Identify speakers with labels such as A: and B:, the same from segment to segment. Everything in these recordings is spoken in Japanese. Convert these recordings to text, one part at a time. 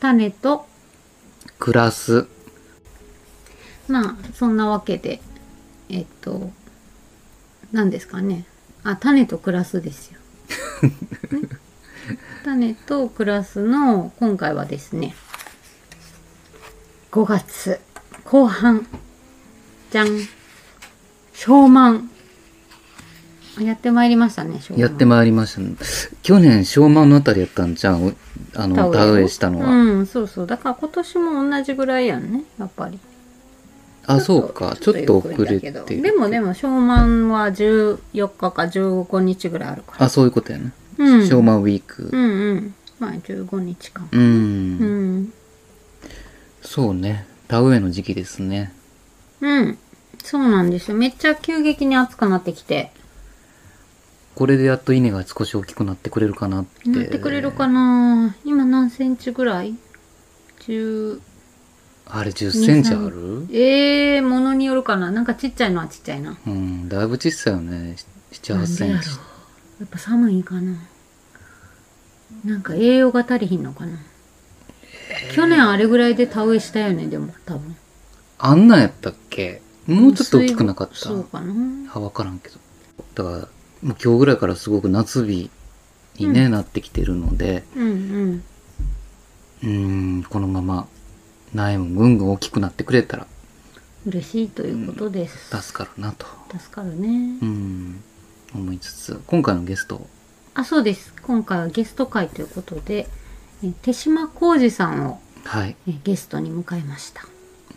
A: 種と、
B: 暮らす。
A: まあ、そんなわけで、えっと、何ですかね。あ、種とクラ スですよ。ね種とクラスの今回はですね、5月後半、じゃん、小満。やってまいりましたね、小満。
B: やってまいりました、ね。去年、昭満のあたりやったんじゃん。おあ
A: 田
B: の、
A: 植え
B: 田植えしたのは。
A: うん、そうそう。だから今年も同じぐらいやんね、やっぱり。
B: あ、そうか。ちょっと遅れて
A: たけどでもで
B: も。
A: も、湘満は14日か15日ぐらいあるから。
B: あ、そういうことやね。
A: うん。
B: 昭満ウィー
A: う
B: ク。
A: んうん。まあ、15日か。
B: うん。
A: うん。
B: そうね。田植えの時期ですね。
A: うん。そうなんですよ。めっちゃ急激に暑くなってきて。
B: これでやっと稲が少し大きくなってくれるかなって。
A: なってくれるかな今何センチぐらい ?10。
B: あれ10センチある
A: ええー、ものによるかななんかちっちゃいのはちっちゃいな。
B: うん、だいぶ小さいよね。7、8
A: なんで
B: セ
A: や
B: ン
A: ろ
B: チ。
A: やっぱ寒いんかななんか栄養が足りひんのかな、去年あれぐらいで田植えしたよねでも多分
B: あんなんやったっけもうちょっと大きくなかっ
A: そう
B: た
A: かな
B: あ、わからんけど。だから、もう今日ぐらいからすごく夏日にね、なってきてるので、
A: うんうん
B: うーん、このまま、苗もぐんぐん大きくなってくれたら
A: 嬉しいということです、
B: 助かるなと、
A: 助かるね、
B: うん、思いつつ、今回のゲスト、
A: あそうです今回はゲスト会ということでえ手島浩二さんを
B: はい、
A: えゲストに迎えました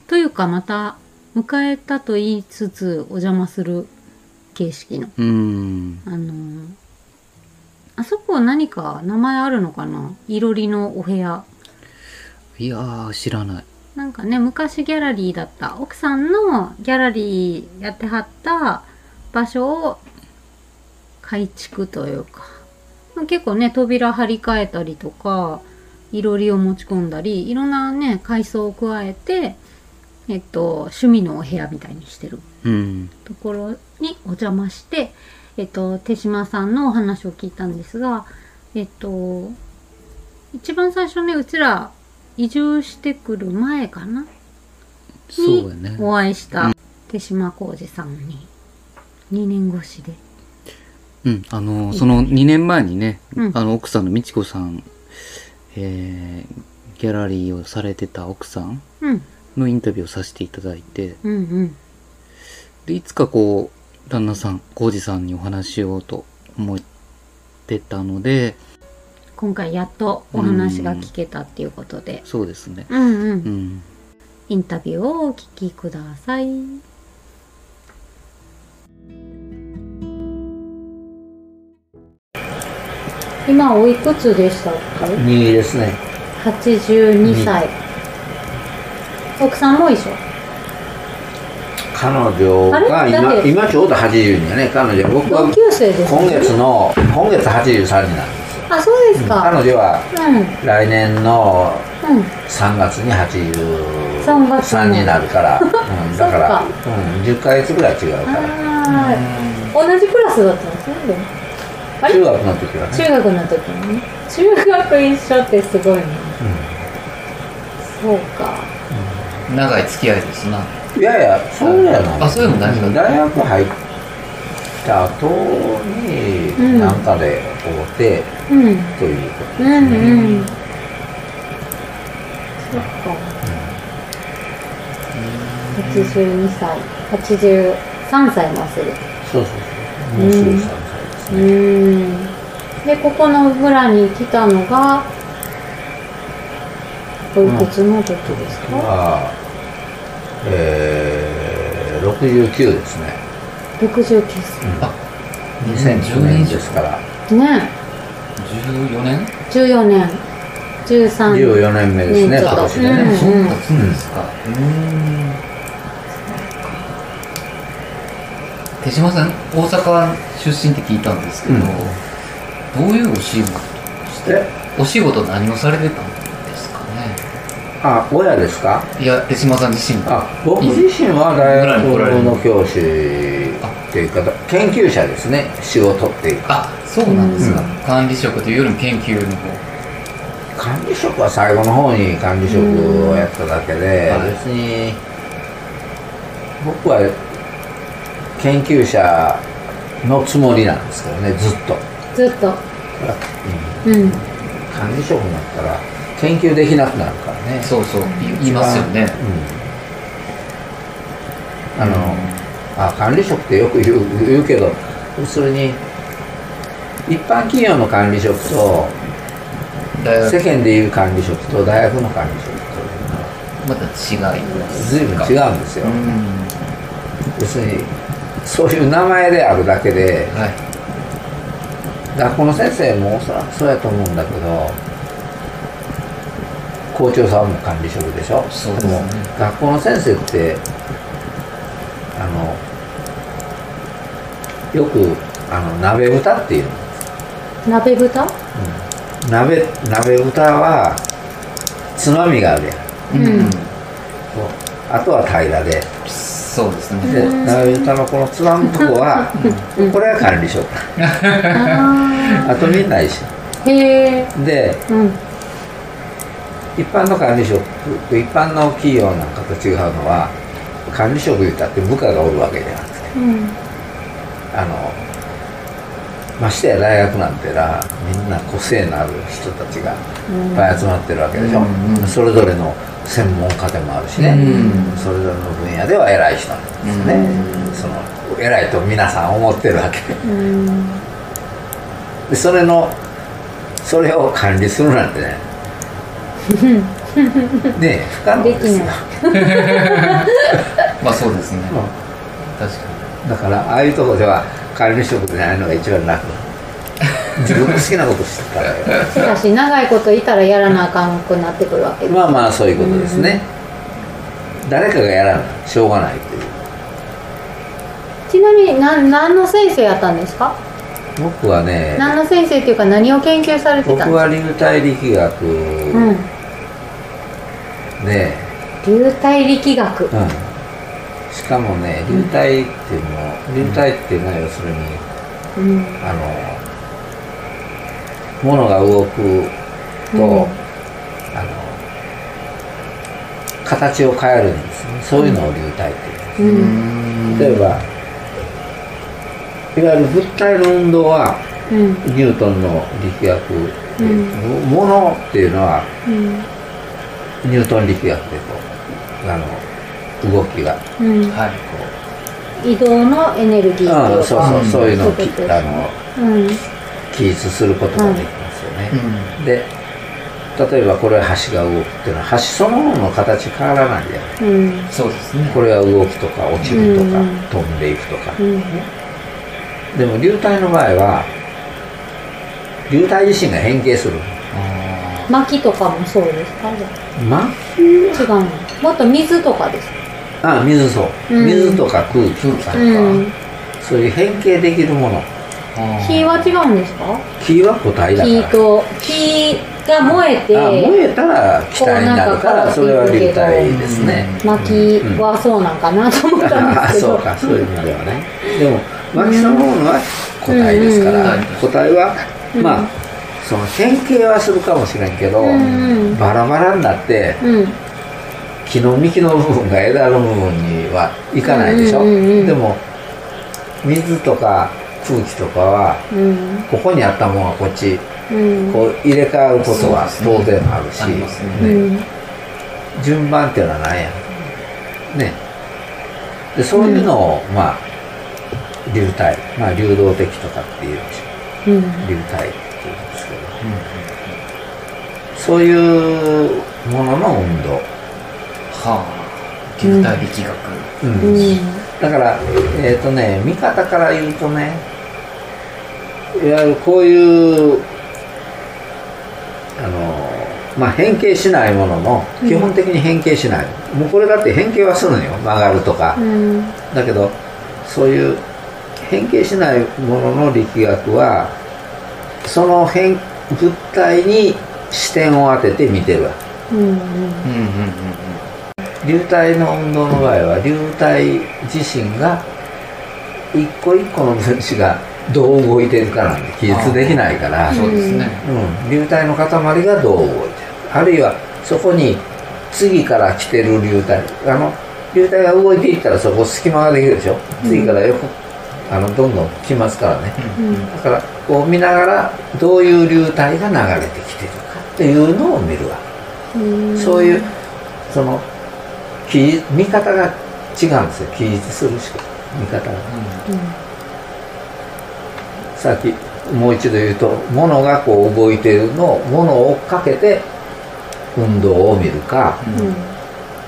A: というかまた迎えたと言いつつお邪魔する形式の
B: うーん、
A: あのーあそこ何か名前あるのかないろりのお部屋。
B: いやー、知らない。
A: なんかね、昔ギャラリーだった、奥さんのギャラリーやってはった場所を改築というか、結構ね、扉張り替えたりとか、いろりを持ち込んだり、いろんなね、改装を加えて、えっと、趣味のお部屋みたいにしてる
B: うん、
A: ところにお邪魔して、えっと、手島さんのお話を聞いたんですが、えっと、一番最初ね、うちら移住してくる前かな
B: そうやね。
A: お会いした手島浩二さんに、2年越しで。
B: うん、あのその2年前にね、
A: うん
B: あの奥さんの美智子さん、えーギャラリーをされてた奥さん
A: うん、
B: のインタビューをさせていただいて
A: うん、うん。
B: でいつかこう旦那さん浩二さんにお話ししようと思ってたので
A: 今回やっとお話が聞けたっていうことで、
B: そうですね
A: うん、う。
B: うんん
A: インタビューをお聞きください。今おいくつでしたっけ
C: 右ですね。
A: 82歳、奥さんも一緒
C: 彼女
A: あ
C: が
A: れだっ
C: 今
A: て
C: 今ちょうど82だね。彼女僕は
A: 同級生です
C: 今月の今月83になる。
A: あそうですか
C: 彼女は
A: うんうん
C: 来年の3月に83
A: 三月の
C: にな るから、うん、だから
A: そっ
C: うん、10ヶ月ぐらい違うから。
A: あー同じクラスだったんですねでもあれ
C: 中学の時はね。
A: 中学の時にね中学一緒ってすごいなそうか
D: 長い付き合いですな。
C: うんいやいや、そうやな
D: あそういうの大事だ
C: ん大学入った後
A: うん
C: に、なんかで会うて、
A: うん
C: というこ
A: うんうんそっか82歳83歳もする
C: と。そうそうそう。もうすぐ3歳です
A: う
C: ね。
A: んでここの村に来たのがおいくつの時ですか、
C: は、えー、69ですね。
A: 69歳
C: 2010年ですから、
A: ね
D: 14年
A: 14年13年
C: 14年目ですね、
A: ちょっ
C: 今
A: と
C: 年で
A: うん
C: ね。
D: そんなつんですか。うーん。手島さん、大阪出身って聞いたんですけど、
C: うん
D: どういうお仕事、
C: で、
D: お仕事何をされてたんですかね。
C: あ、親ですか
D: いや、手島さん自身が。
C: あ、僕自身は大学の教師っていう方、研究者ですね、仕事っていうか。
D: あ、そうなんですか。
C: う
D: 管理職というよりも研究の方。
C: 管理職は最後の方に管理職をやっただけで、
D: うん
C: 別に僕は研究者のつもりなんですけどねずっと
A: ずっとうん
C: 管理職になったら研究できなくなるからね
D: そうそう、い言いますよね。
C: うん、あの、あ管理職ってよく言う言うけど要するに一般企業の管理職と
D: 大
C: 世
D: 学、
C: 間でいう管理職と大学の管理職
D: また違いま
C: と
D: す。
C: 随分違うんですよ、
D: うん。
C: 要するにそういう名前であるだけで
D: はい。
C: 学校の先生もおそらくそうやと思うんだけど校長さんも管理職でしょ
D: そうですね
C: も学校の先生ってあのよくあの鍋豚っていうの
A: 鍋 豚
C: 鍋鍋豚はつまみがあるやん
A: うん
C: こうあとは平らで
D: そうです
C: で
D: ね。
A: うん
C: 鍋豚のこのつまむとこは
A: うん
C: これは管理職
A: あ
C: あとみんな一緒
A: ーへえ
C: で
A: うん
C: 一般の管理職一般の企業なんかと違うのは管理職言ったって部下がおるわけじゃなくて
A: うん
C: あのましてや大学なんてなみんな個性のある人たちがいっぱい集まってるわけでしょ、
D: うんうん
C: それぞれの専門家でもあるしね、
D: うん
C: それぞれの分野では偉い人なんですね、
D: うん
C: その偉いと皆さん思ってるわけ
A: うん
C: でそれのそれを管理するなんてね ねえ不可能です
A: でき
C: よ
A: ない
D: まあそうですね。
C: うん
D: 確か
C: だからああいうところでは管理職でないのが一 番楽自分の好きなことしてたらよ
A: しかし長いこといたらやらなあかんくなってくるわけ
C: まあまあそういうことですね、誰かがやらないしょうがないっていう
A: ちなみに何何の先生やったんですか
C: 僕はね
A: 何の先生っていうか何を研究されて
C: 僕
A: たんですか
C: は流体力学
A: うん
C: で、
A: 流体力学
C: うんしかもね流体っていうのも流体っていうのは要するに
A: うん
C: あの物が動くと、
A: うん
C: あの形を変えるんですねそういうのを流体っていう、
A: う
D: に。
A: ん
D: ん
C: 例えばいわゆる物体の運動は
A: うん
C: ニュートンの力学、
A: うん
C: ものっていうのは
A: うん
C: ニュートン力学でこうあの動きがこ
A: うん
D: はい。
A: 移動のエネルギーっていうか
C: う、うん、そうそう、
D: うん
C: そういうのをき
A: そういうことですね
C: あの
A: うん
C: 記述することができますよね、
D: うん。
C: で例えばこれは橋が動くっていうのは橋そのものの形変わらないじゃない
A: うん
D: そうですね。
C: これが動くとか落ちるとか、
A: うん
C: 飛んでいくとか、
A: うん
C: でも流体の場合は流体自身が変形する
D: あ
A: 薪とかもそうですかじゃ
C: ま
A: あ違うのもっと水とかです
C: あ水そう、
A: うん
C: 水とか空気とか、
D: 空
A: うん
C: そういう変形できるもの
D: ー
A: 火は違うんですか
C: 木は個体だから
A: 木と木が燃え
C: あ
A: て
C: 燃えたら気体になるから
A: こ
C: そうれ
A: な
C: は
A: んか
C: 流体ですね、
A: 薪はそうなんかなと思ったん
C: あ
A: で
C: あ
A: すけど
C: そうかそういう意味ではねでも巻きそのものは個体ですから、
D: うん
C: 個体は、
A: うん
C: まあその変形はするかもしれんけど、
A: うん
C: バラバラになって
A: うん
C: 木の幹の部分が枝の部分にはいかないでしょ、
A: うんうんうん
C: でも水とか空気とかは
A: うん
C: ここにあったものはこっち
A: うん
C: こう入れ替わることは
D: そうで
C: 当
D: すね
C: 然あるし
D: ありますね
A: うん
C: 順番っていうのは何やねでそういうのを、まあ流体まあ流動的とかっていうでし
A: うん
C: ょ流体っていうんですけどそういうものの運動、
D: はあ。球体力学。
C: うんだからえっ、とね見方から言うとねいわゆるこういうあのまあ変形しないものの
A: うん
C: 基本的に変形しない、もうこれだって変形はするのよ曲がるとか、
A: うん
C: だけどそういう変形しないものの力学はその変物体に視点を当てて見てるわ
A: うん
D: うんうんうんうん。
C: け流体の運動の場合は流体自身が一個一個の分子がどう動いてるかなんで記述できないから、
D: そうですね。
C: うん、流体の塊がどう動いてるあるいはそこに次から来てる流体あの流体が動いていったらそこ隙間ができるでしょ次からよくあのどんどん来ますからね
A: うん
C: だからこう見ながらどういう流体が流れてきてるかっていうのを見るわ
A: うん
C: そういうその記見方が違うんですよ記述するしか見方が。さっきもう一度言うと物がこう動いているのを物を追っかけて運動を見るか
A: うんうん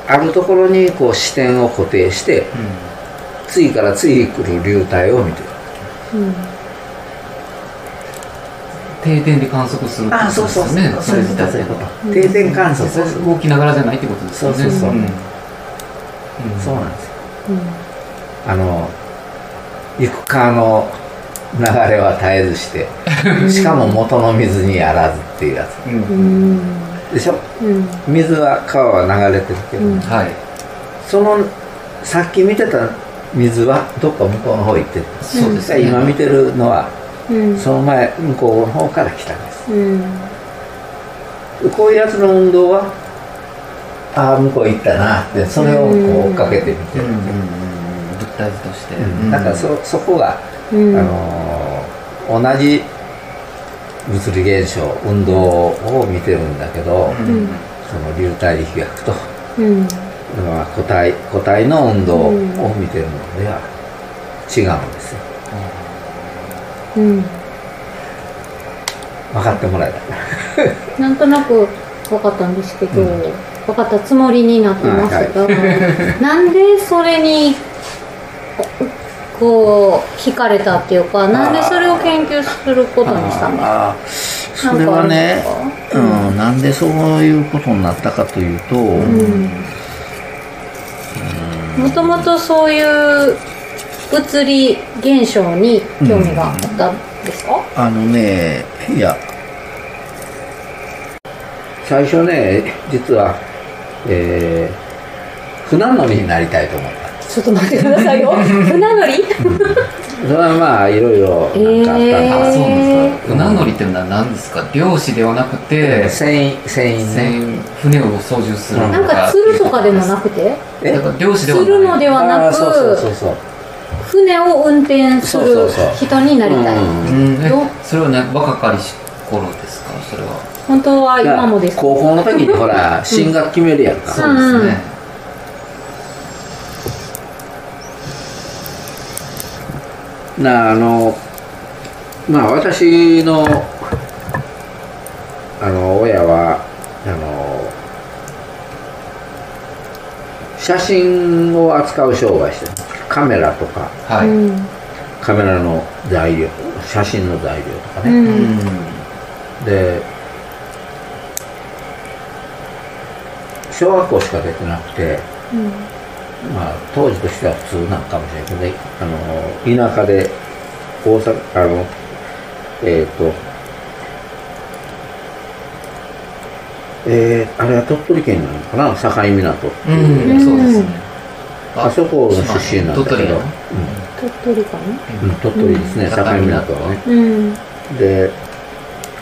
C: あるところにこう視点を固定して次から次来る流体を見てる
A: うん
D: 停電で観測するってことですよね。
C: そういうことそういうこと定点観測をする
D: 動きながらじゃないってことですよね。
C: そうそうそうんそうなんですよ
A: うん
C: あの行く川の流れは絶えずしてしかも元の水にあらずっていうやつ
D: うん
A: う
D: うん
A: ん
C: でしょ
A: うん
C: 水は川は流れてるけど、
A: うん
D: はい。
C: そのさっき見てた水はどっか向こうの方行ってる
D: そうですね。
C: 今見てるのは
A: うん
C: その前向こうの方から来たんです
A: うん
C: こういうやつの運動はああ向こう行ったなってそれをこ
A: うん
C: う追っかけてみて
D: うん
C: る
D: うんうんうん物体図として。
C: うんだからそそこが、
A: うん
C: あのー同じ物理現象運動を見てるんだけど、
D: うん
A: うん
C: その流体力学と、
A: うん
C: まあ、個体個体の運動を見てるのでは違うんですよ
A: うん
C: 分かってもらえたかな
A: なんとなく分かったんですけど、分かったつもりになってますが、 なんでそれにこう惹かれたっていうかなんでそれを研究することにしたんですか
C: ああそれはねうん、なんでそういうことになったかというと、
A: もともとそういう物理現象に興味があったんですか、
C: あのねいや最初ね実は、えー船乗りになりたいと思った
A: ちょっと待ってくださいよ 船乗り
C: それはまあいろいろなんかあったん
D: あ、
C: だ
D: そうなん
A: へ
D: で
A: ー
D: すか。船乗りっていうのは何ですか漁師ではなくて、
C: 船員船員ね
D: 船船を操縦すると
A: なんか釣るとかでもなくて
C: え
D: だから漁師では
A: 釣
D: ない
A: るのでは
C: あ
A: な
C: ーそうそうそう
A: く
C: そう
A: 船を運転す
C: そ
A: る
C: うそうそう
A: 人になりたい
D: うんえ
A: ど
D: それはね若かりし頃ですかそれは
A: 本当は
C: だから
A: 今もですか
C: 高校の時にほら進学決めるやん
A: う
C: か、
A: ん
D: そうですね、
C: なあのまあ私のあの親はあの写真を扱う商売してるカメラとか
D: はい、
A: うん
C: カメラの材料写真の材料とか
A: う
C: ね、
A: ん
C: で小学校しか出てなくて
A: うん
C: まあ、当時としては普通なのかもしれないけどね、あの田舎で大阪、あの、えっ、と、えー、あれは鳥取県なのかな境港って
D: う
C: いう、
D: ん、
A: うん
D: そうですね
C: あそこの出身なんだけど、
D: 鳥取の
C: う
A: 鳥取
C: ん
A: かな
C: うん鳥取ですね、
D: うん
C: 境港はね。
A: うん
C: で、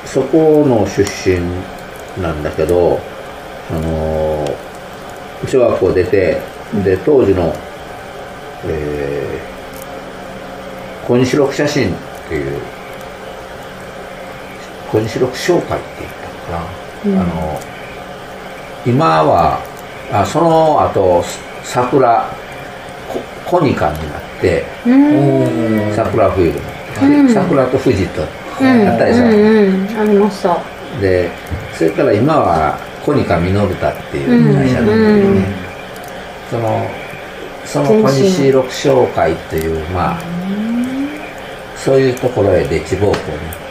C: そこの出身なんだけど、あの小学校出て、で、当時の、えー、小西録写真っていう、小西録商会って言ったのか
A: うん
C: な、あの今は、あその後、す桜、ココニカになって、
A: うん
D: おー
C: 桜フィルム、
A: うん
C: 桜と富士と
A: うん
C: あったでしょ。
A: うんうんありました
C: でそれから今はコニカミノルタっていう会社なんだけど
A: うんう
C: ね
A: ん、
C: そのその小西六商会というまあそういうところへで志望校に行っ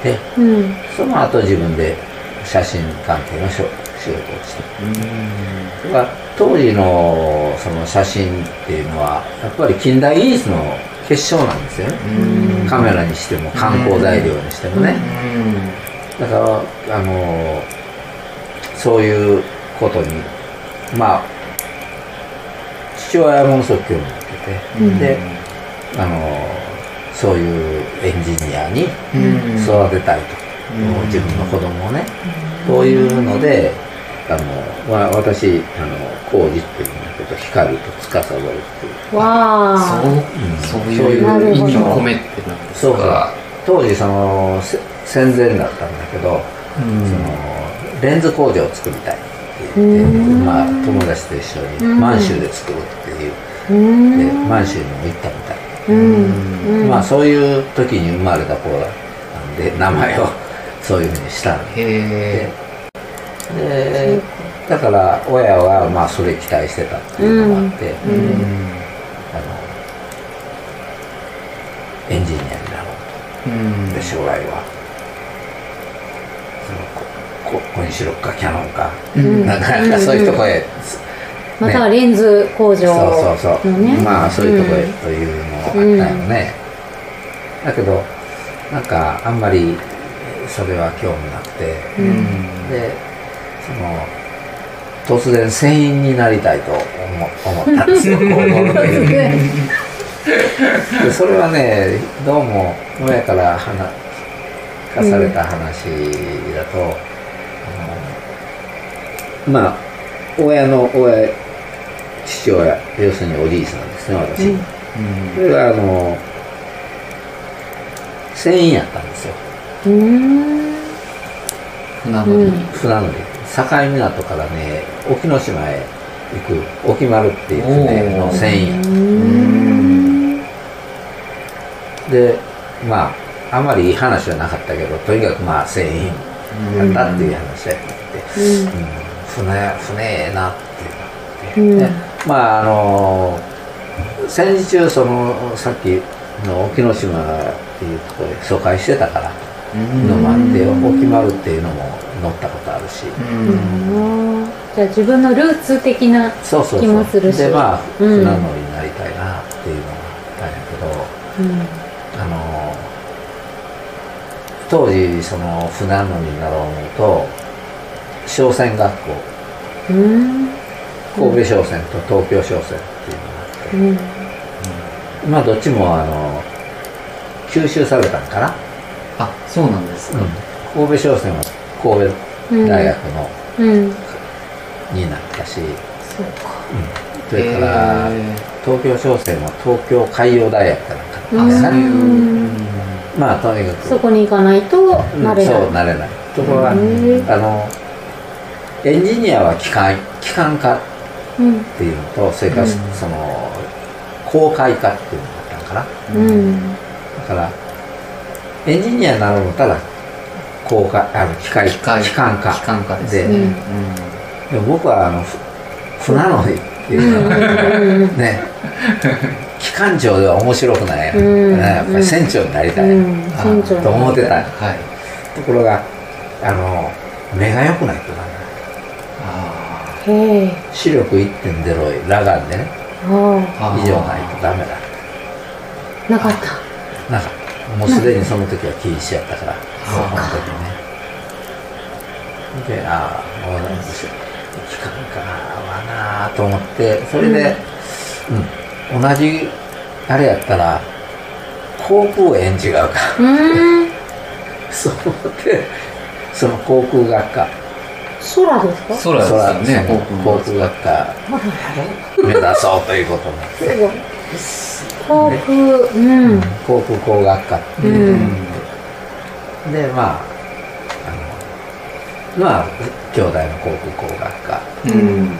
C: て
A: うん
C: その後自分で写真関係の仕事仕事をしてそれから当時のその写真っていうのはやっぱり近代技術の結晶なんですよね
D: うん
C: カメラにしても観光材料にしてもね、
D: うん
C: だから、あのそういうことに、まあ、父親ものすごく興味を持ってて、
D: うん
C: で、あのそういうエンジニアに
D: うん
C: 育てたいと、
D: うん
C: 自分の子供をね、そういうのであの、わ私あの浩二っていうんだけど光と司っていう
A: わあ。
D: そう、
C: うん
D: そういう意味を込めてなんです
C: そうか
D: か。
C: 当時そのせ戦前だったんだけど、
B: うん
C: そのレンズ工場を作りたいって言って、
A: うん
C: まあ、友達と一緒に
A: うん
C: 満州で作るっていう、
A: う
C: で
A: ん。
C: 満州にも行ったみたい、
A: うん。うん
C: まあそういう時に生まれた子なん で名前をそういうふうにしたん
D: へ
C: で
D: え。
C: でだから親はまあそれ期待してたっていうのがあって、
A: うんうん
C: あのエンジニアになろう
D: う
C: と。
D: ん
C: で将来はそのここ小西六かキャノンか、
A: うん
C: なかなかそういうとこへ、
A: またはレンズ工場
C: そうそうそう、
A: のね。
C: まあそういうとこへ
A: ん
C: というのもあったよね、だけどなんかあんまりそれは興味なくて、
A: う
D: うん
A: ん。
C: でその突然船員になりたいと思思ったんですよ高校の時にでそれはねどうも親から話かされた話だと、あのまあ親の親父親要するにおじいさんですね私、
A: うん
C: それがあの船員やったんですよ
A: うん。
D: 船乗り。
C: 船乗り境港からね沖ノ島へ行く沖丸っていう船の船員
A: うん。
C: でまああまりいい話はなかったけどとにかくまあ船員だったっていう話やって、うん船船ええなって
A: う
C: い
A: ん
C: うのがあって、でまああの戦時中そのさっきの沖ノ島っていうところで疎開してたから
D: うん
C: のもあって
A: うん
C: 沖丸っていうのも乗ったことあるし、
D: うん
A: じゃあ自分のルーツ的な。
C: そうそう
A: 気
C: そ
A: も
C: う
A: するし
C: でまあ
A: う
C: 船
A: ん
C: 乗りになりたいなっていうのがあったんやけど、
A: うん。
C: あの当時その船乗りになろう思うと商船学校
A: うん。
C: 神戸商船と東京商船っていうのがあって、
A: うん。
C: まあどっちもあの吸収されたんかな、
D: あ、そうなんですか。
C: 神戸商船は神
A: うん
C: 戸大学の、
A: うん。
C: になったし、
A: そうか。
C: それから
D: へえ
C: 東京商船は東京海洋大学かなんか
A: う
C: なん
A: ん
D: そ
C: だよ
D: う
C: ね、
D: いううん。
C: まあとにかく
A: そこに行かないと
C: うん
A: なれない。
C: そうなれないところがあ
A: うん
C: のエンジニアは機関機関化
A: うん。
C: っていうのとそれから、
D: うん
C: その公開化っていうのがあったのかな
A: うん。
C: だからエンジニアになろうたら公開あの機械
D: 機械
C: 機関化
D: 機関化ですね。
C: で
A: うん
C: でも僕はあのふ船乗りって
A: う
C: い
A: ん
C: うの は
A: うんうん
C: ね機関長では面白くない、
A: うん
C: ねやっぱり船長になりたい、
A: うん。船長
C: と思ってた
D: はい。
C: ところがあの目が良くないとダメ
D: あ
A: へえ。
C: 視力1.0裸眼でね
A: あ
D: あ
C: 以上ないとダメだ
A: あ。なかった。
C: なんかもうすでにその時は禁止やったからそ
D: そう
C: の
D: か
C: 時ねでああもうなんですよ期間かはなあと思ってそれで、うん同じあれやったら航空園違うか
A: うん。
C: そう思ってその航空学科
A: 空ですか
D: 空ですよね、
C: 空
D: 航
C: 航
D: 空
C: 空学科目指そうということになって
A: すごい。航空、うん。
C: 航空工学科っ
A: う
C: ていう、
A: ん。
C: でまああのまあ兄弟の航空工学科
D: うん。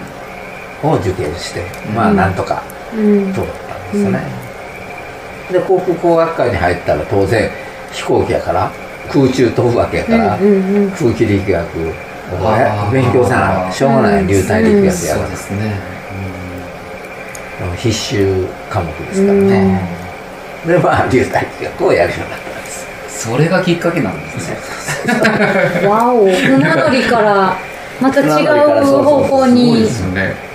C: を受験して
A: う
C: まあ
A: ん
C: なんとか
A: うん
C: 通ったんですよね、で航空工学科に入ったら当然飛行機やから空中飛ぶわけやから、
A: うんうん
C: 空気力学をね
D: あー
C: 勉強せなしょうがない
A: うん
C: 流体力学や
D: そ
C: か
D: うですね。
C: ら、必修科目ですからね、でまあ流体力学をやるようになったんです
D: うんそれがきっかけなんですね。
A: わお船乗りからまた違う方向に
D: よね。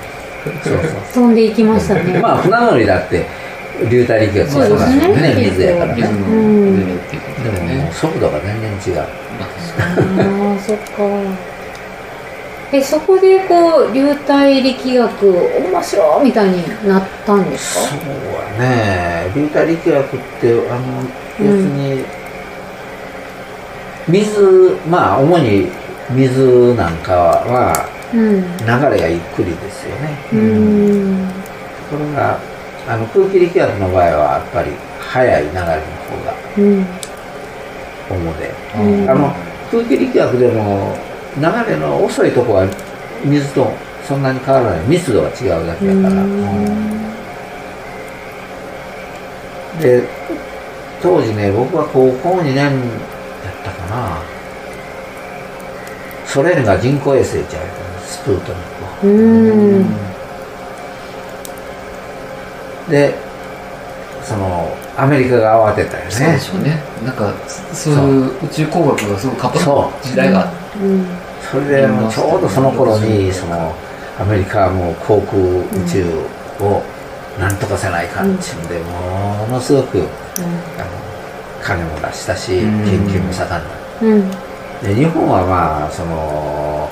C: そうそう
A: 飛んでいきましたね。
C: まあ船乗りだって流体力学もなん
A: そうですね
C: 水やからね
D: 水
A: う
D: の
A: ん
D: 上っていうこと
C: で
D: です
C: ももう
D: ね。
C: 速度が全然違う
A: あーそっか。えそこでこう流体力学面白いみたいになったんです
C: そう
A: か？
C: はね流体力学ってあの別に、水まあ主に水なんかは
A: うん
C: 流れがゆっくりですよね
A: うん
C: ところがあの空気力学の場合はやっぱり速い流れの方が
A: うん
C: 主で
A: うん
C: あの空気力学でも流れの遅いとこは水とそんなに変わらない密度が違うだけだから、で当時ね僕は高校2年やったかなソ連が人工衛星ちゃうスプートニクを
A: うん
C: でそのアメリカが慌てたよ
D: そうで
C: ね
D: しょうね。なんか、そういう宇宙工学がすごく活発な
C: そ
D: 時代があっ
A: うん
C: それでもうちょうどその頃にそのアメリカはもう航空宇宙をなんとかせないかっていうんでものすごくあの金も出したし
D: うん
C: 研究も盛んな
A: うん
C: で日本はまあその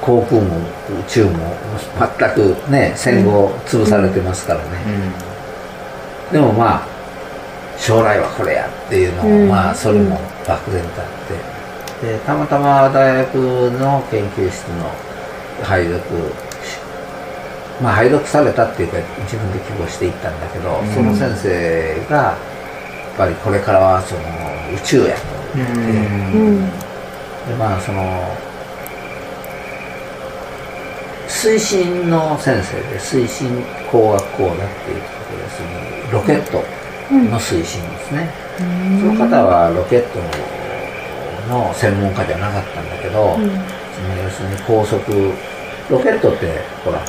C: 航空も宇宙も全くね戦後潰されてますからね、でもまあ将来はこれやっていうのを、
A: うん
C: まあそれも漠然とあってでたまたま大学の研究室の配属しまあ配属されたっていうか自分で希望していったんだけど、
D: うん
C: その先生がやっぱりこれからはその宇宙やと。
A: う
D: うんん。
C: でまあその推進の先生で推進工学工学っていうところですねロケット
A: うん
C: の推進ですね、その方はロケットの専門家じゃなかったんだけど、
A: うん
C: その要するに高速ロケットってほら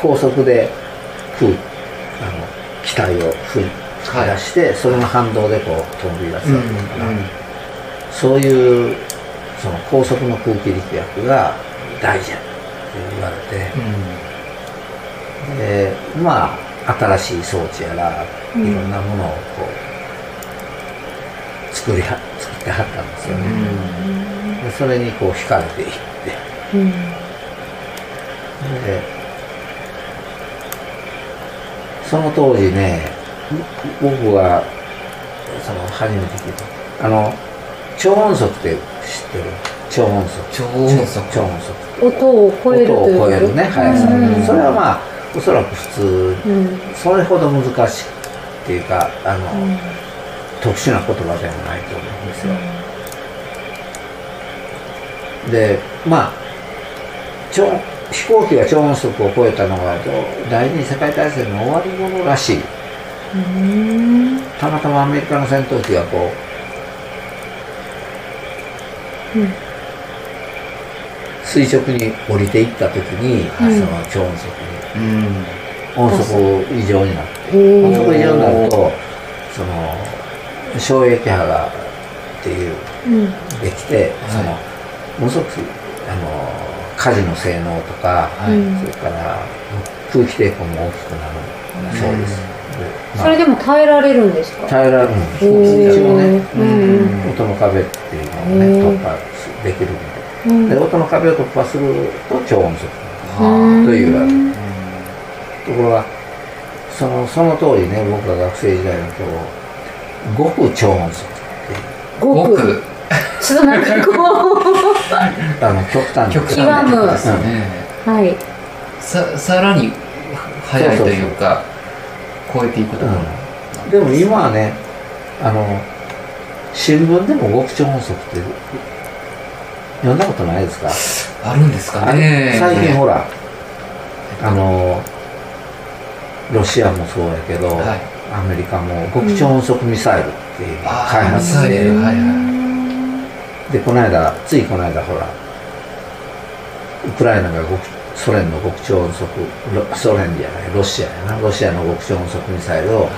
C: 高速で空あの機体を吹き出して、それの反動でこう飛び出すわけだから、そういうその高速の空気力学が大事やって言われて、でまあ新しい装置やらいろ
A: うん
C: んなものをこう作りは作ってはったんですよね、でそれにこう惹かれていって
A: うん
C: でその当時ね僕はその初めて聞いたあの超音速って知ってる超音速
D: 超音速。
C: 超音速
A: 音を超える
C: 音
A: という
C: を超えるね速さ、
A: うん
C: それはまあおそらく普通
A: うん
C: それほど難しいっていうかあの、
A: うん
C: 特殊な言葉ではないと思うんですよ、でまあ超飛行機が超音速を超えたのが第二次世界大戦の終わり頃らしい
A: うん
C: たまたまアメリカの戦闘機がこう
A: うん
C: 垂直に降りていった時に、
A: うん
C: その超音速に
D: うん。
C: 音速異常になって
A: へ
C: 音
A: え
C: 速異常になるとその衝撃波がっていう
A: うん
C: でき
D: は
C: て
D: い
C: そのものすごくあの火事の性能とか、
A: うん
C: それから空気抵抗も大きくなるそうです、でまあ
A: それでも耐えられるんですか
C: 耐えられるんですよ
A: へ
C: 一応ね
A: ーうんうん
C: 音の壁っていうのを
A: へ
C: ね
A: ー
C: 突破できるんで
A: うん
C: で音の壁を突破すると超音速
A: うん
C: というわけところがそのその当時ね僕が学生時代の頃極超音速
A: ご
D: ご
A: く
D: く
A: ちょっとなんかこ
C: あの極端
D: 極
C: に
D: 端な曲ですね。
A: うはい
D: さ、さらに速いというか、超えていくところ。
C: うんでも今はねあの新聞でも極超音速って読んだことないですか
D: あるんですか
C: あ
D: ね
C: れ。最近ほらあのロシアもそうやけど、
D: はい
C: アメリカも極超音速ミサイルっていうのを
D: あー
C: 開発
D: ミサ
C: し
D: イ
C: て
D: ルはいはい
C: でこの間ついこの間ほらウクライナが極ソ連の極超音速ロソ連じゃないロシアやなロシアの極超音速ミサイルを
D: はい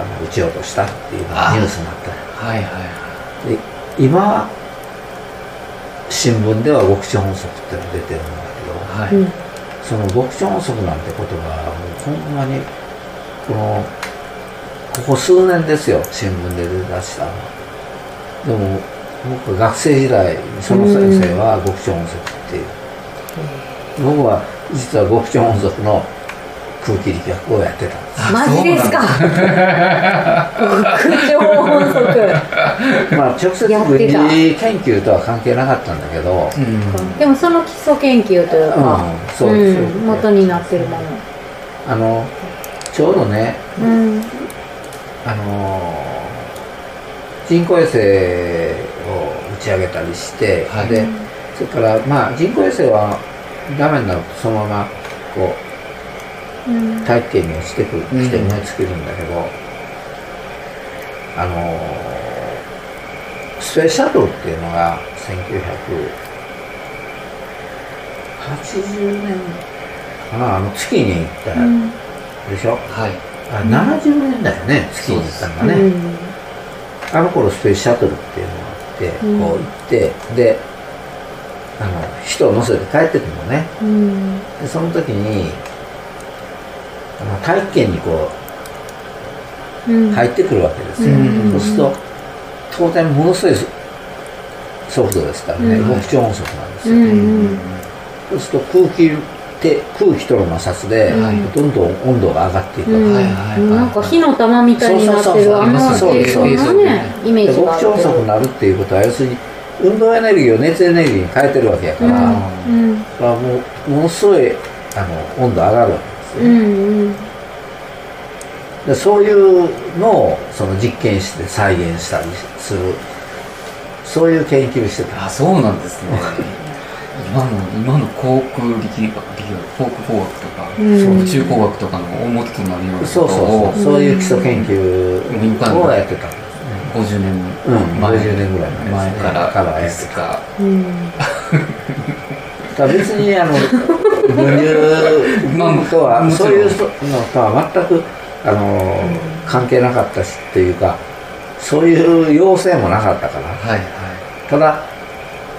C: あの撃ち落としたっていうのがニュースになった
D: はいは
C: で今新聞では極超音速っていうのが出てるんだけど
D: いはい。はい。
C: その極超音速なんてことがもうほんまにこのここ数年ですよ新聞で出だしたのでも僕学生時代その先生は極超音速っていう僕は実は極超音速の空気力をやってたんです
A: マジですか空調法則
C: まあ直接
A: やっ
C: 軍
A: て
C: 事
A: た
C: 研究とは関係なかったんだけど、
D: そうなんだうん
A: でもその基礎研究というか、
C: うんそうですよね
A: ん元になってるもの、
C: あのちょうどね
A: うん、
C: あのー人工衛星を打ち上げたりして、
D: はい
C: でそれからまあ人工衛星はダメになるとそのままこ
A: うん
C: う大気圏に落ちてくる
D: うん
C: 起点が作るんだけど、あのースペースシャトルっていうのが1980年かなあの月に行った
A: うん
C: でしょ、
D: はい
C: あ70年代よね月に行ったのがね、あの頃スペースシャトルっていうのがあって、
A: うん
C: こう行って、で、あの、人を乗せて帰ってくるのね。
A: うん
C: で、その時に、あの、大気圏にこ
A: うん
C: う、入ってくるわけですよ。
D: うん
C: そうすると、当然ものすごいソフトですからね、
A: うん
C: 極超音速なんですよ。
A: う
D: うんん
C: そうすると空気で、空気との摩擦で、
D: うん
C: どんどん温度が上がっていくわけ
A: う
C: です
A: ん
D: はいはいはい
A: なんか火の玉みたいになって
C: そうそうそう
A: るあの
C: そう
A: 映
C: そ
A: 像
C: う
A: のねイメー
C: で
A: ジ
C: 極
A: がある
C: 超音速になるっていうことは要するに運動エネルギーを熱エネルギーに変えてるわけやから、
A: うんうん
C: まあ、もうものすごいあの温度上がるわけですよ、
A: うんうん
C: でそういうのをその実験室で再現したりするそういう研究をしてた
D: あそうなんですね今の今の航空力学力学航空工学とか、
A: うん
D: そう宇宙工学とかの大元となるようなこと
C: そう
D: を
C: そうそうそういう基礎研究をやってたんですね
D: 50年
C: うん
D: 前
C: 50年ぐらい前ですね
D: 前から
C: から
D: で
C: やって
D: す
C: た
D: か
A: うん
C: だから別にあ の分流とは、
D: まあ
C: そういう
D: もち
C: のとは全くあの、関係なかったしっていうかそういう要請もなかったから
D: はいは
C: ただ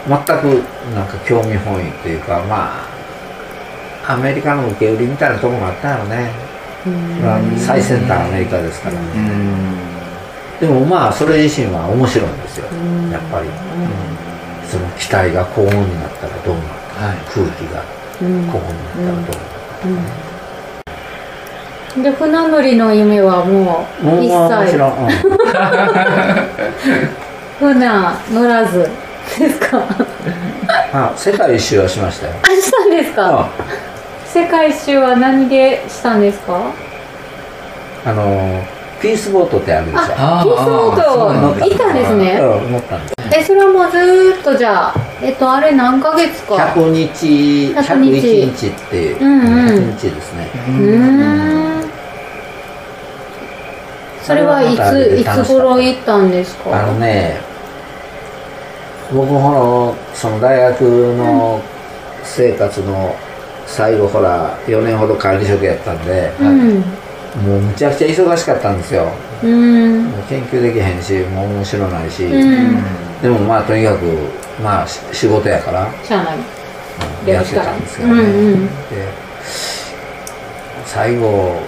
C: 全くなんか興味本位っていうかまあアメリカの受け売りみたいなとこもあったよね、
A: うん
C: まあ最先端アメリカですか
D: い
C: ら、
D: うーん
C: でもまあそれ自身は面白いんですよ、
A: うん
C: やっぱりその機体が高温になったらどうなるか
D: は
C: 空気が
A: うん
C: 高温になったらどうなるか、
A: うんで船乗りの夢はも
C: もう
A: う一
C: 面
A: 切
C: 白い、うん
A: 船乗らずですか
C: あ世界一周はしましたよ
A: あしたんですか
C: あ
A: 世界一周は何でしたんですか
C: あのピースボートってあるでしょ
D: あー
A: ピースボートいたんですね
C: うん乗ったんです
A: えそれはもうずーっとじゃあえっとあれ何ヶ月か
C: 100日
A: 100
C: 101日って、
A: うんうん
C: 100日ですね
D: いううん
A: ーんそれはい
C: あれはまたあれ
A: つ
C: で
A: い
C: 楽しかった
A: つ頃行ったんですか
C: あのね僕ほらその大学の生活の最後ほら4年ほど管理職やったんで、
A: うん
C: もうむちゃくちゃ忙しかったんですよ
A: うん
C: もう研究できへんしもう面白ないし、
A: うん
C: でもまあとにかくまあし仕事やから
A: しゃあない
C: うんやってたんですけどね、
A: うんうん
C: で最後も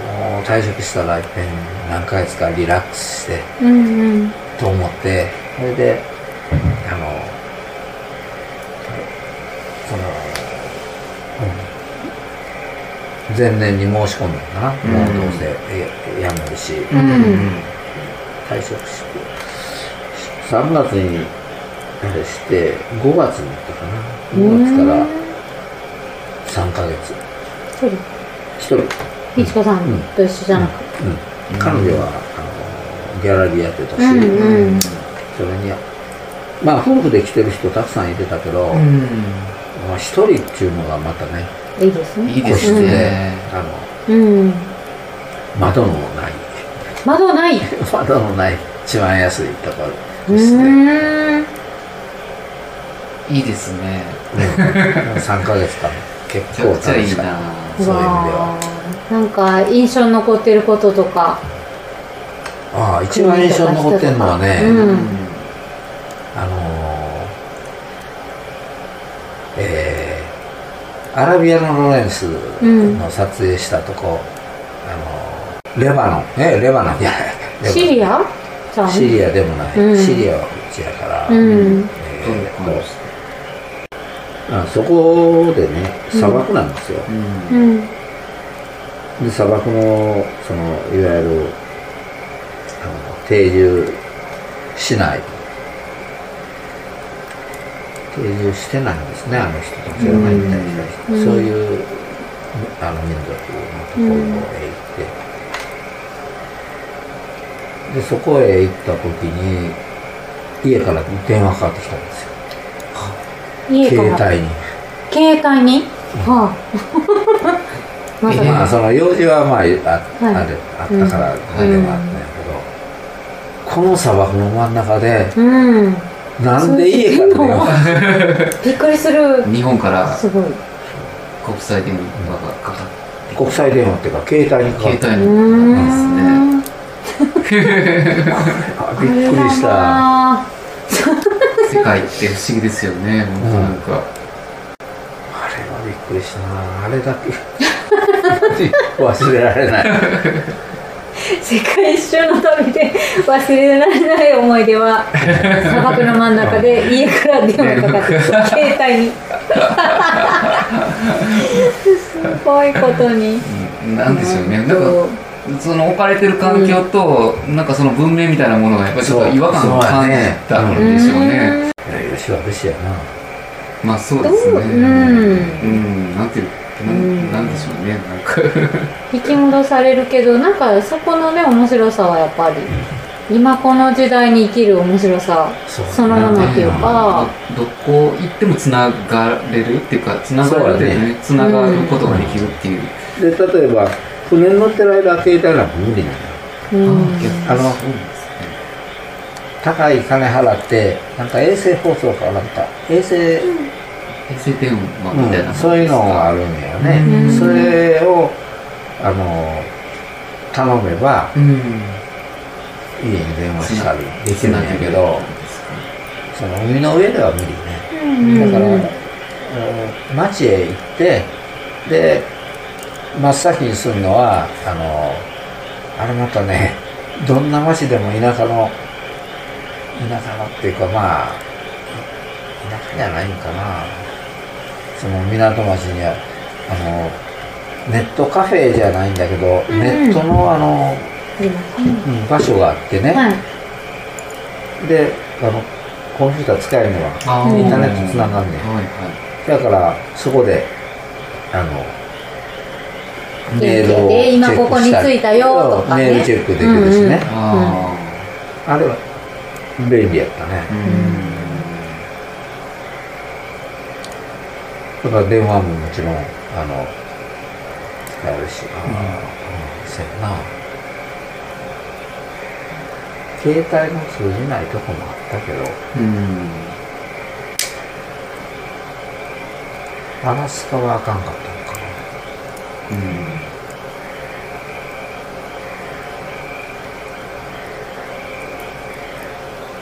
C: う退職したらいっぺん何ヶ月かリラックスして
A: うんうん
C: と思ってそれであのその、うん前年に申し込んだのかな、
D: うん
C: もうどうせえやめるし
D: うんうん
C: 退職して3月にあれして5月に行ったかな5月から3ヶ月
A: 一人
C: 一人、うん、
A: みちこさんと一緒じゃなく
C: 彼女はあのギャラリーやってたし、
A: うんうん
C: それにまあ夫婦で来てる人たくさんいてたけど、
D: う
C: まあ、一人っていうのがまたね
A: いいです
D: ん
A: ね
D: いいですね
C: あの
A: うん
C: 窓のない
A: 窓ない
C: 窓のない一番安いところ
A: う
C: ですね、
A: ーん
D: いいですね
C: うん、3ヶ月間結
D: めちゃく
C: 構楽
D: ちゃい
C: し
D: い
C: かっ
D: な
C: たそういう
A: わ
C: 意味では
A: あなんか印象に残ってることとか
C: ああ一番印象に残ってるのはね、
A: うん
C: あのーえーアラビアのロレンスの撮影したとこ、あのーレバノンえレバノンいや
A: シリアじゃん
C: シリアでもない、
A: うん
C: シリアはこっちやから、
A: うん
D: ど
C: え
D: ん
C: ー
D: な
C: っ
D: 感じ
C: とあそこでね砂漠なんですよ、
D: うん
A: うん
C: で砂漠のそのいわゆるあの定住しない定住してないんですねあの人たちが
D: う
C: ね
D: ん
C: 大体そう
A: うん
C: いうあの民族のところへ行ってでそこへ行った時に家から電話かかってきたんですよ
A: 家から
C: 携帯に。
A: 携帯に、はあ まさ
C: まあ
A: か
C: その用事はまああ,、あるあったから
A: うん
C: ではあったんやけど、この砂漠の真ん中で
A: うん
C: なんで家から出よう
A: びっくりする
D: 日本から
A: すごい
D: 国際電話がかかっ、
C: 国際電話っていうか携帯にかかってて
A: う
D: 携帯にですね。
A: ーん
C: あびっくりした
A: あ
D: 世界って不思議ですよね、本当なんか。
C: あれはびっくりしたなあれだけ忘れられない
A: れは世界一周の旅で忘れられない思い出は砂漠の真ん中で家から電話かかってきた携帯にすごいことに
D: うんなんでしょうね。なんか、その置かれてる環境と、なんかその文明みたいなものが、やっぱりちょっと違和感を感じたんでしょうね。
C: よし悪しやな
D: まあそうです
A: ど
D: ね。
A: うう
D: うんん、なんていう、な
A: うん
D: んなんでしょうね、なんか。
A: 引き戻されるけどなんかそこのね面白さはやっぱり今この時代に生きる面白さ
C: そ
A: そのものっていうか
D: どどこ行ってもつながれるっていうか、つながるっていうかね、つながることができるっていう。
C: で例えば船に乗ってる間は携帯なんか無理なの
A: う
C: よ
A: ん
C: あの
D: そうですね
C: 高い金払ってなんか衛星放送かなんか衛星
D: 衛星電話みたいな、
C: うん、そういうのがあるんだよね、
A: うん
C: それをあの頼めば
D: うん
C: 家に電話したりできるんやけ
D: う
C: ど
D: ん
C: その海の上では無理
A: うん
C: ねだか
A: う
C: ら、
A: ん
C: うん町へ行ってで真っ先にするのはあのあれまたねどんな町でも田舎の田舎のっていうかまあ田舎じゃないんかなその港町にああのネットカフェじゃないんだけど、
A: うん
C: ネットのあの、
A: ありますね
C: うん場所があってね、
A: はい
C: であのコンピューター使えるのは
D: あ
A: インタ
C: ーネット繋が
D: はい
C: んねん
D: はい
C: だからそこであのメールを
A: で今ここに着
C: い
A: いたよとかね
C: メールチェックできるしね、
D: あ
C: あれは便利やったね
D: ーうん
C: だから電話ももちろんあの使えるしあ
D: うん
C: あそうやな携帯の通じないとこもあったけど
D: うん
C: アラスカはあかんかったのかな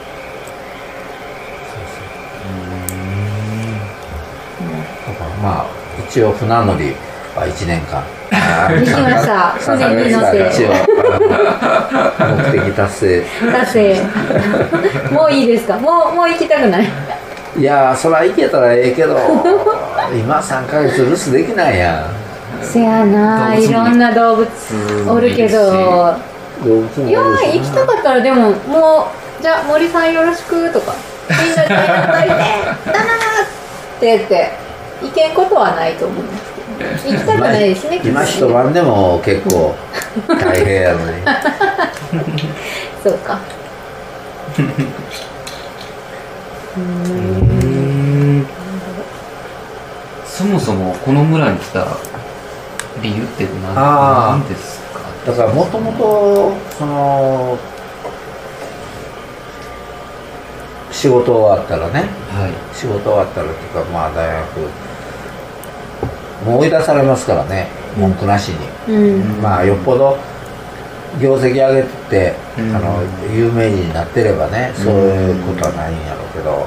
C: そうそうだからまあ一応船乗りは1年間
A: 行きました
C: 3ヶ
A: 船に
C: 月
A: 乗っ
C: 間一応
A: て
C: あの目的達成
A: 達 成もういいですかもうもう行きたくない
C: いやーそら行けたらええけど今3ヶ月留守できないやん
A: せやな
D: 動物も
A: いろんな動物
D: うん
A: おるけど
C: 動物も
A: いや
C: おる
A: ー
C: し
A: 行きたかったらでももうじゃあ森さんよろしくとかみんなでやっといて「だな!」って言って行けんことはないと思うんですけど行きたくないですねきっと
C: 今一晩でも結構大変やのに
A: そうか うーん
D: うんそもそもこの村に来た理由って何
C: あー
D: 何ですか
C: だからもともとその仕事終わったらね
D: はい
C: 仕事終わったらっていうかまあ大学もう追い出されますからね文句なしに、
A: うん
C: まあよっぽど業績上げて、
D: うん
C: あの有名人になってればねそういうことはないんやろうけど、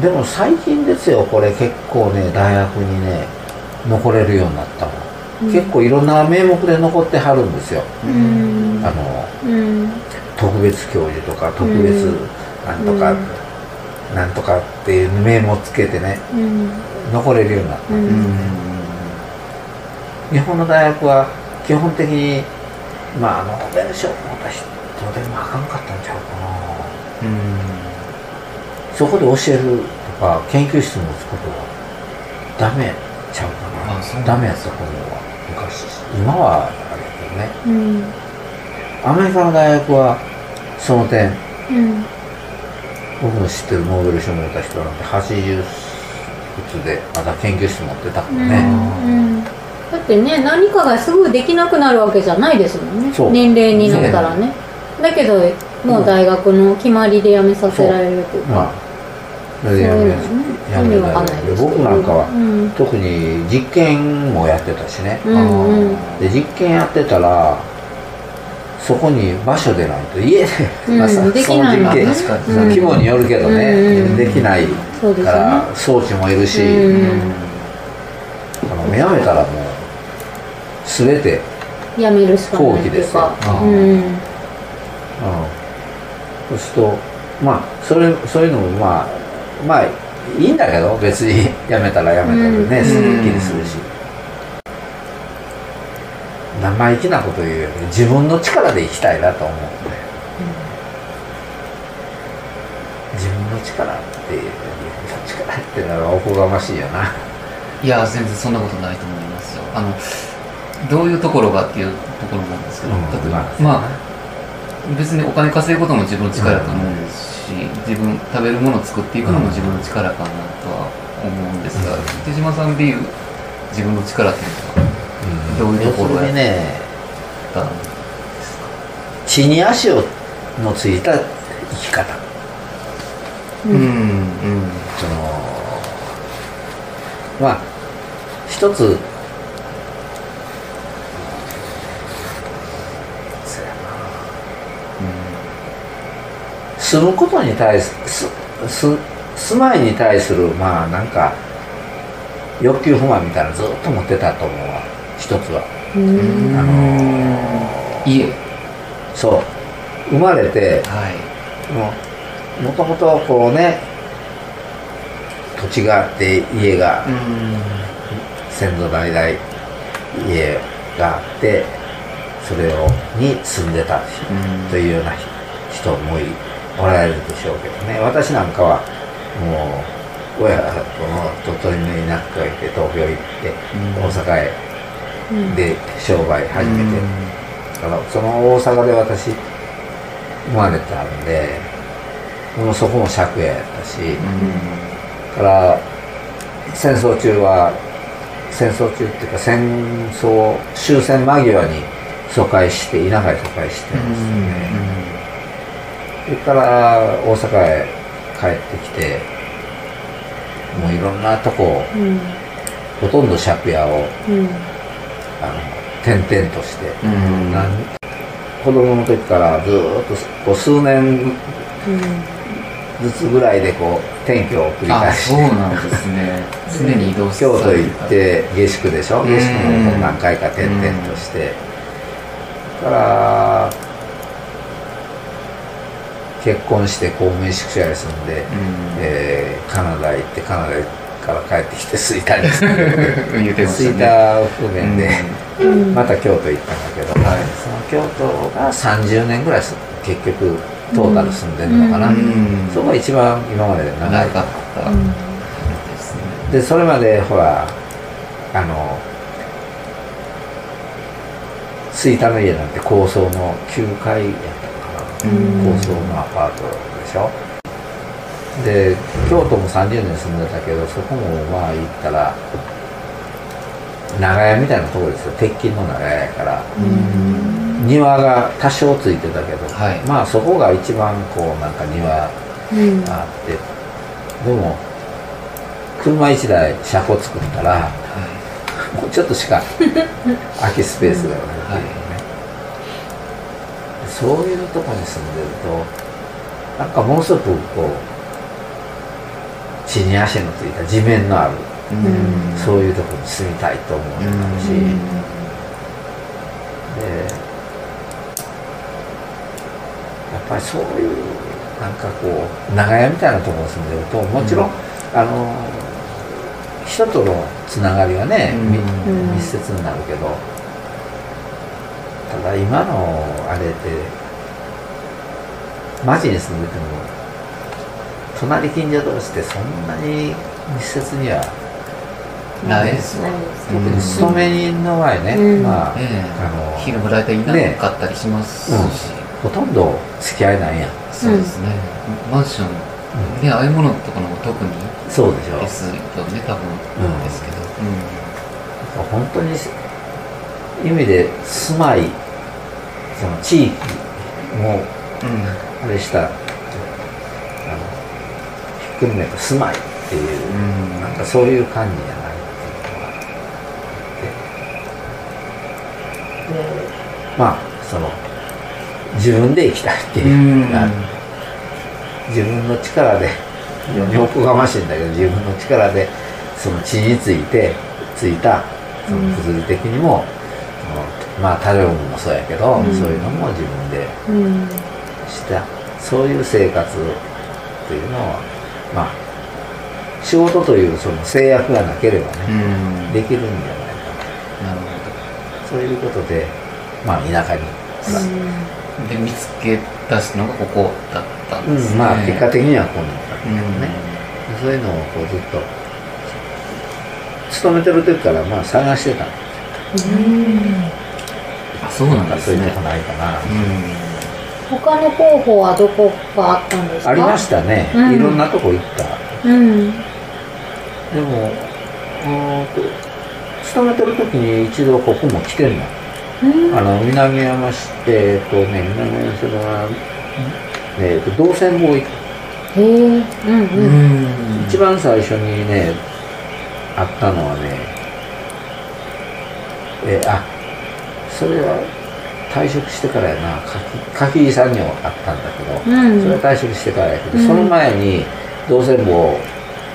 C: でも最近ですよこれ結構ね大学にね残れるようになったもん、
A: うん
C: 結構いろんな名目で残ってはるんですよ、
A: うん
C: あの
A: うん
C: 特別教授とか特別
A: うん
C: なんとか、
A: うん
C: なんとかっていう名もつけてね
A: うん
C: 残れるようになった、
A: うん
D: うん
C: 日本の大学は基本的にまああの弁償を持った人でもあかんかったんちゃうかなそこで教えるとか研究室持つことはダメちゃうか
D: あそうな
C: な
D: んだ
C: ダメやったと思うわ昔今はあれやけど
A: う
C: ね
A: ん
C: アメリカの大学はその点
A: うん
C: 僕の知ってるノーベル賞を持った人なんて80いくつでまだ研究室持ってたから
A: うん
C: ね、
A: うんだってね何かがすぐできなくなるわけじゃないですもんね
C: そう
A: 年齢になったらねだけどもう大学の決まりで辞めさせられるという
C: まあ
A: か
C: そ
A: そう
C: れ
A: い
C: でやめ
A: う
C: や
A: のね
C: や
A: 意
C: め
A: 味
C: る
A: わかんないですけど
C: 僕なんかは
A: うん
C: 特に実験もやってたしね、
A: うんうん
C: で実験やってたらそこに場所でないと家で、
A: うん
C: まあさ
A: で
C: そ
A: き
C: の
A: ない
C: 実
A: もんね
C: 験
D: 確かに
C: その規模によるけどね、
A: うんうん
C: できない
A: そうで
C: か
A: すね
C: ら装置もいるし、
A: うん
C: あの目覚めたらもう全て、
A: やめるしかないっていうか
D: 飛行機ですよ
A: うん
C: うん、そうするとまあそれそういうのもまあまあいいんだけど別に やめたらやめたでね、
A: うん
C: すっきりするし生意気なこと言うより自分の力で生きたいなと思うんで、自分の力っていう自分の力っていうのはおこがましいよない
D: や全然そんなことないと思いますよあのどういうところがっていうところなんですけど、
C: うん
D: 例えば
C: まあ
D: まあ別にお金稼ぐことも自分の力かもですし、自分食べるものを作っていくのも自分の力かなとは思うんですが、手島さんでいう自分の力っていうのはどういうところや
C: 要するにね
D: だろ
C: 血に足をのついた生き方
A: う
D: ううんん
C: そのまあ一つそうやな住むことに対すすす住まいに対するまあなんか欲求不満みたいなのずっと持ってたと思うわ一つは
A: うん
C: あの
D: 家
C: そう生まれて
D: はい
C: もうもともとこうね土地があって家が
D: う
C: 先祖代々家があってそれをに住んでた
D: ん
C: というような人もいおられるでしょうけどね私なんかはもう親との鳥取の田舎へ行って東京行っ
D: う
C: て
D: ん
C: 大阪へ
A: うん
C: で商売始めて、だからその大阪で私生まれたんでもうそこも借家やったし、
D: う
C: から戦争中は戦争中っていうか戦争終戦間際に疎開して田舎へ疎開してますね、それから大阪へ帰ってきてもういろんなとこ
A: うん
C: ほとんど借家を
A: うん
C: あの転々として、
D: ん
C: なん子供の時からずーっとこう数年ずつぐらいでこう転居を繰り
D: あ
C: 返し
D: そう
C: て
D: なんです ね常に移動
C: 京都行って下宿でしょ
D: うん
C: 下宿も何回か転々としてだから結婚して公務員宿舎に住んで、
D: うん
C: えーカナダ行ってカナダから帰ってきて吹田に住んで
D: 言ってまし
C: 吹
D: たね
C: 田を含めで、
A: うん
C: また京都行ったんだけど、
D: はい
C: その京都が30年ぐらいす結局トータル住んでるのかな、
D: うん
C: そこが一番今までで長
D: 長
C: い
D: かったですね
C: でそれまでほらあの吹田の家なんて高層の9階やったか
D: う
C: な、
A: ん
C: 高層のアパートでしょで京都も30年住んでたけどそこもまあ行ったら長屋みたいなところですよ鉄筋の長屋やから
D: うん
C: 庭が多少ついてたけど、
D: はい
C: まあそこが一番こうなんか庭
A: うん
C: あってでも車1台車庫作った
D: は
C: らもうちょっとしか空きスペースがないっていうね、そういうとこに住んでるとなんかものすごくこう地に足のついた地面のある、
D: い
A: ん
C: そういうとこに住みたいと思うし、
D: うん
C: でやっぱりそういうなんかこう長屋みたいなところに住んでるともちろん、あの人とのつながりはね、み
A: うん
C: 密接になるけどただ今のあれでマジに住んでても隣近所同士ってそんなに密接には
D: ないですわ
A: ないです
D: う
C: 特
D: ん
C: に勤め人の場合ね、
A: うん
C: まあ、
D: え
C: あの
D: え昼も大体いなかったりしますし、
C: ほとんど付き合いないやん、
D: そうですね、マンションねああいうものとかのも特に
C: そうでしょ
D: ですよね多
C: うん
D: 分ですけど、
C: 本当に意味で住まいその地域も
D: うんうん
C: あれしたあのひっくるめた住まいっていうなんかそういう感じじゃないっていうのがあってでまあその自分で生きたいって
D: う
C: いう、
D: ん
C: な自分の力で非常におこがましいんだけど自分の力でその血についてついたその物理的にも、そのまあ食べ物もそうやけど、
A: うん
C: そういうのも自分で
A: うん
C: したそういう生活っていうのはまあ仕事というその制約がなければね、
D: うん
C: できるんじゃないか
D: なるほ
C: なそういうことでまあ田舎に、
D: どで見つけ出したのがここだったん
C: う
D: で
C: ん
D: すね、
C: まあ結果的にはこうなった
D: うん
C: だけどね、そういうのをこうずっと勤めてる時からまあ探してた
D: あそうなんです
C: そういう
D: ね
C: とこないかな、
D: う
A: 他の候補はどこがあったんですか
C: ありましたね、
A: うん
C: いろんなとこ行った
A: うん
C: でもうーんと勤めてる時に一度ここも来てんの
A: うん
C: あの南山市えっとね南山市のは、えー、と動線も
A: へえうん
D: ん
A: うん
D: うん
C: 一番最初にねあったのはねえーあそれは退職してからやな柿柿井さんにはあったんだけど、
A: うん
C: それは退職してからやけど、
A: うん
C: その前に動線部を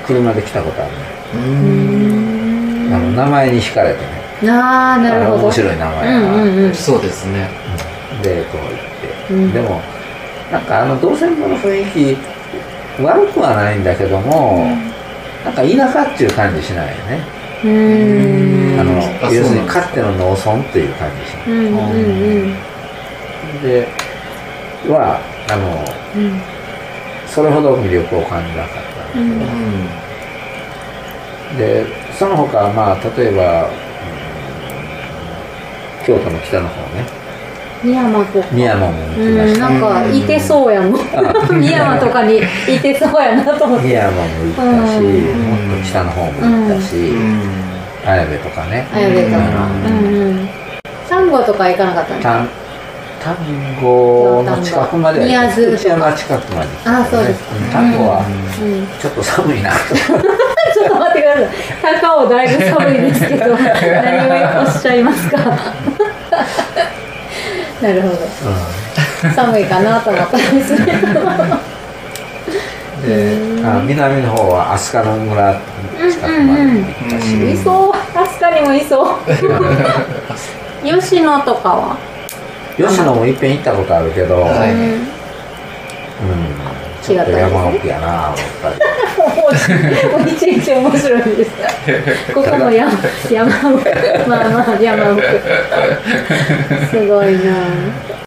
C: 車で来たことあるね、
A: うん
C: あの名前に惹かれてね
A: ああなる
C: あ
A: ほ
C: の
A: ど
C: 面白い名前や
A: う
C: な、
A: んうんうん
D: そうですね
C: でこう行って、
A: うん
C: でもなんかあの動線部の雰囲気悪くはないんだけども、なんか田舎っていう感じしないよね、
A: うん
C: あ
D: あ
C: の要す
D: そう
C: る
D: なん
C: に
D: です
C: か
D: か
C: つての農村っていう感じしな
A: うんうんうん
C: いではあの
A: うん
C: それほど魅力を感じなかったんだ
D: うん
C: けど、でその他はまあ例えば、うん京都の北の方ね
A: 深山とか
C: 宮山も行きま
A: うん
C: した
A: なんかいてそうやもん
C: あ
A: 深山とかにいてそうやなと思って
C: 宮山も行ったし、
A: うん
C: もっと北の方も行ったし、
D: うん
C: 綾部とかね、
A: 綾部とかうんうん丹後とか行かなかったんです
C: 単単語の近くまでは
A: 宮津
C: 内山近くまで来たよ
A: あそうです
C: ん単語
A: う
C: は
A: ん
C: ちょっと寒いなと
A: ちょっと待ってください。高尾だいぶ寒いですけ ど、何をおっしゃいますか。なるほど。寒いかなと思ったんですね。
C: であ南の方は飛鳥の村の近くまで行ったし、
D: うんうん
A: いそう、飛鳥にもいそう。吉野とかは。
C: 吉野もいっぺん行ったことあるけど、
D: は
A: う
D: い
A: ん
C: うん、ちょっと山奥やなと思ったり
A: もう一日面白いです。ここも山、 山奥。まあまあ、山奥。すごいな。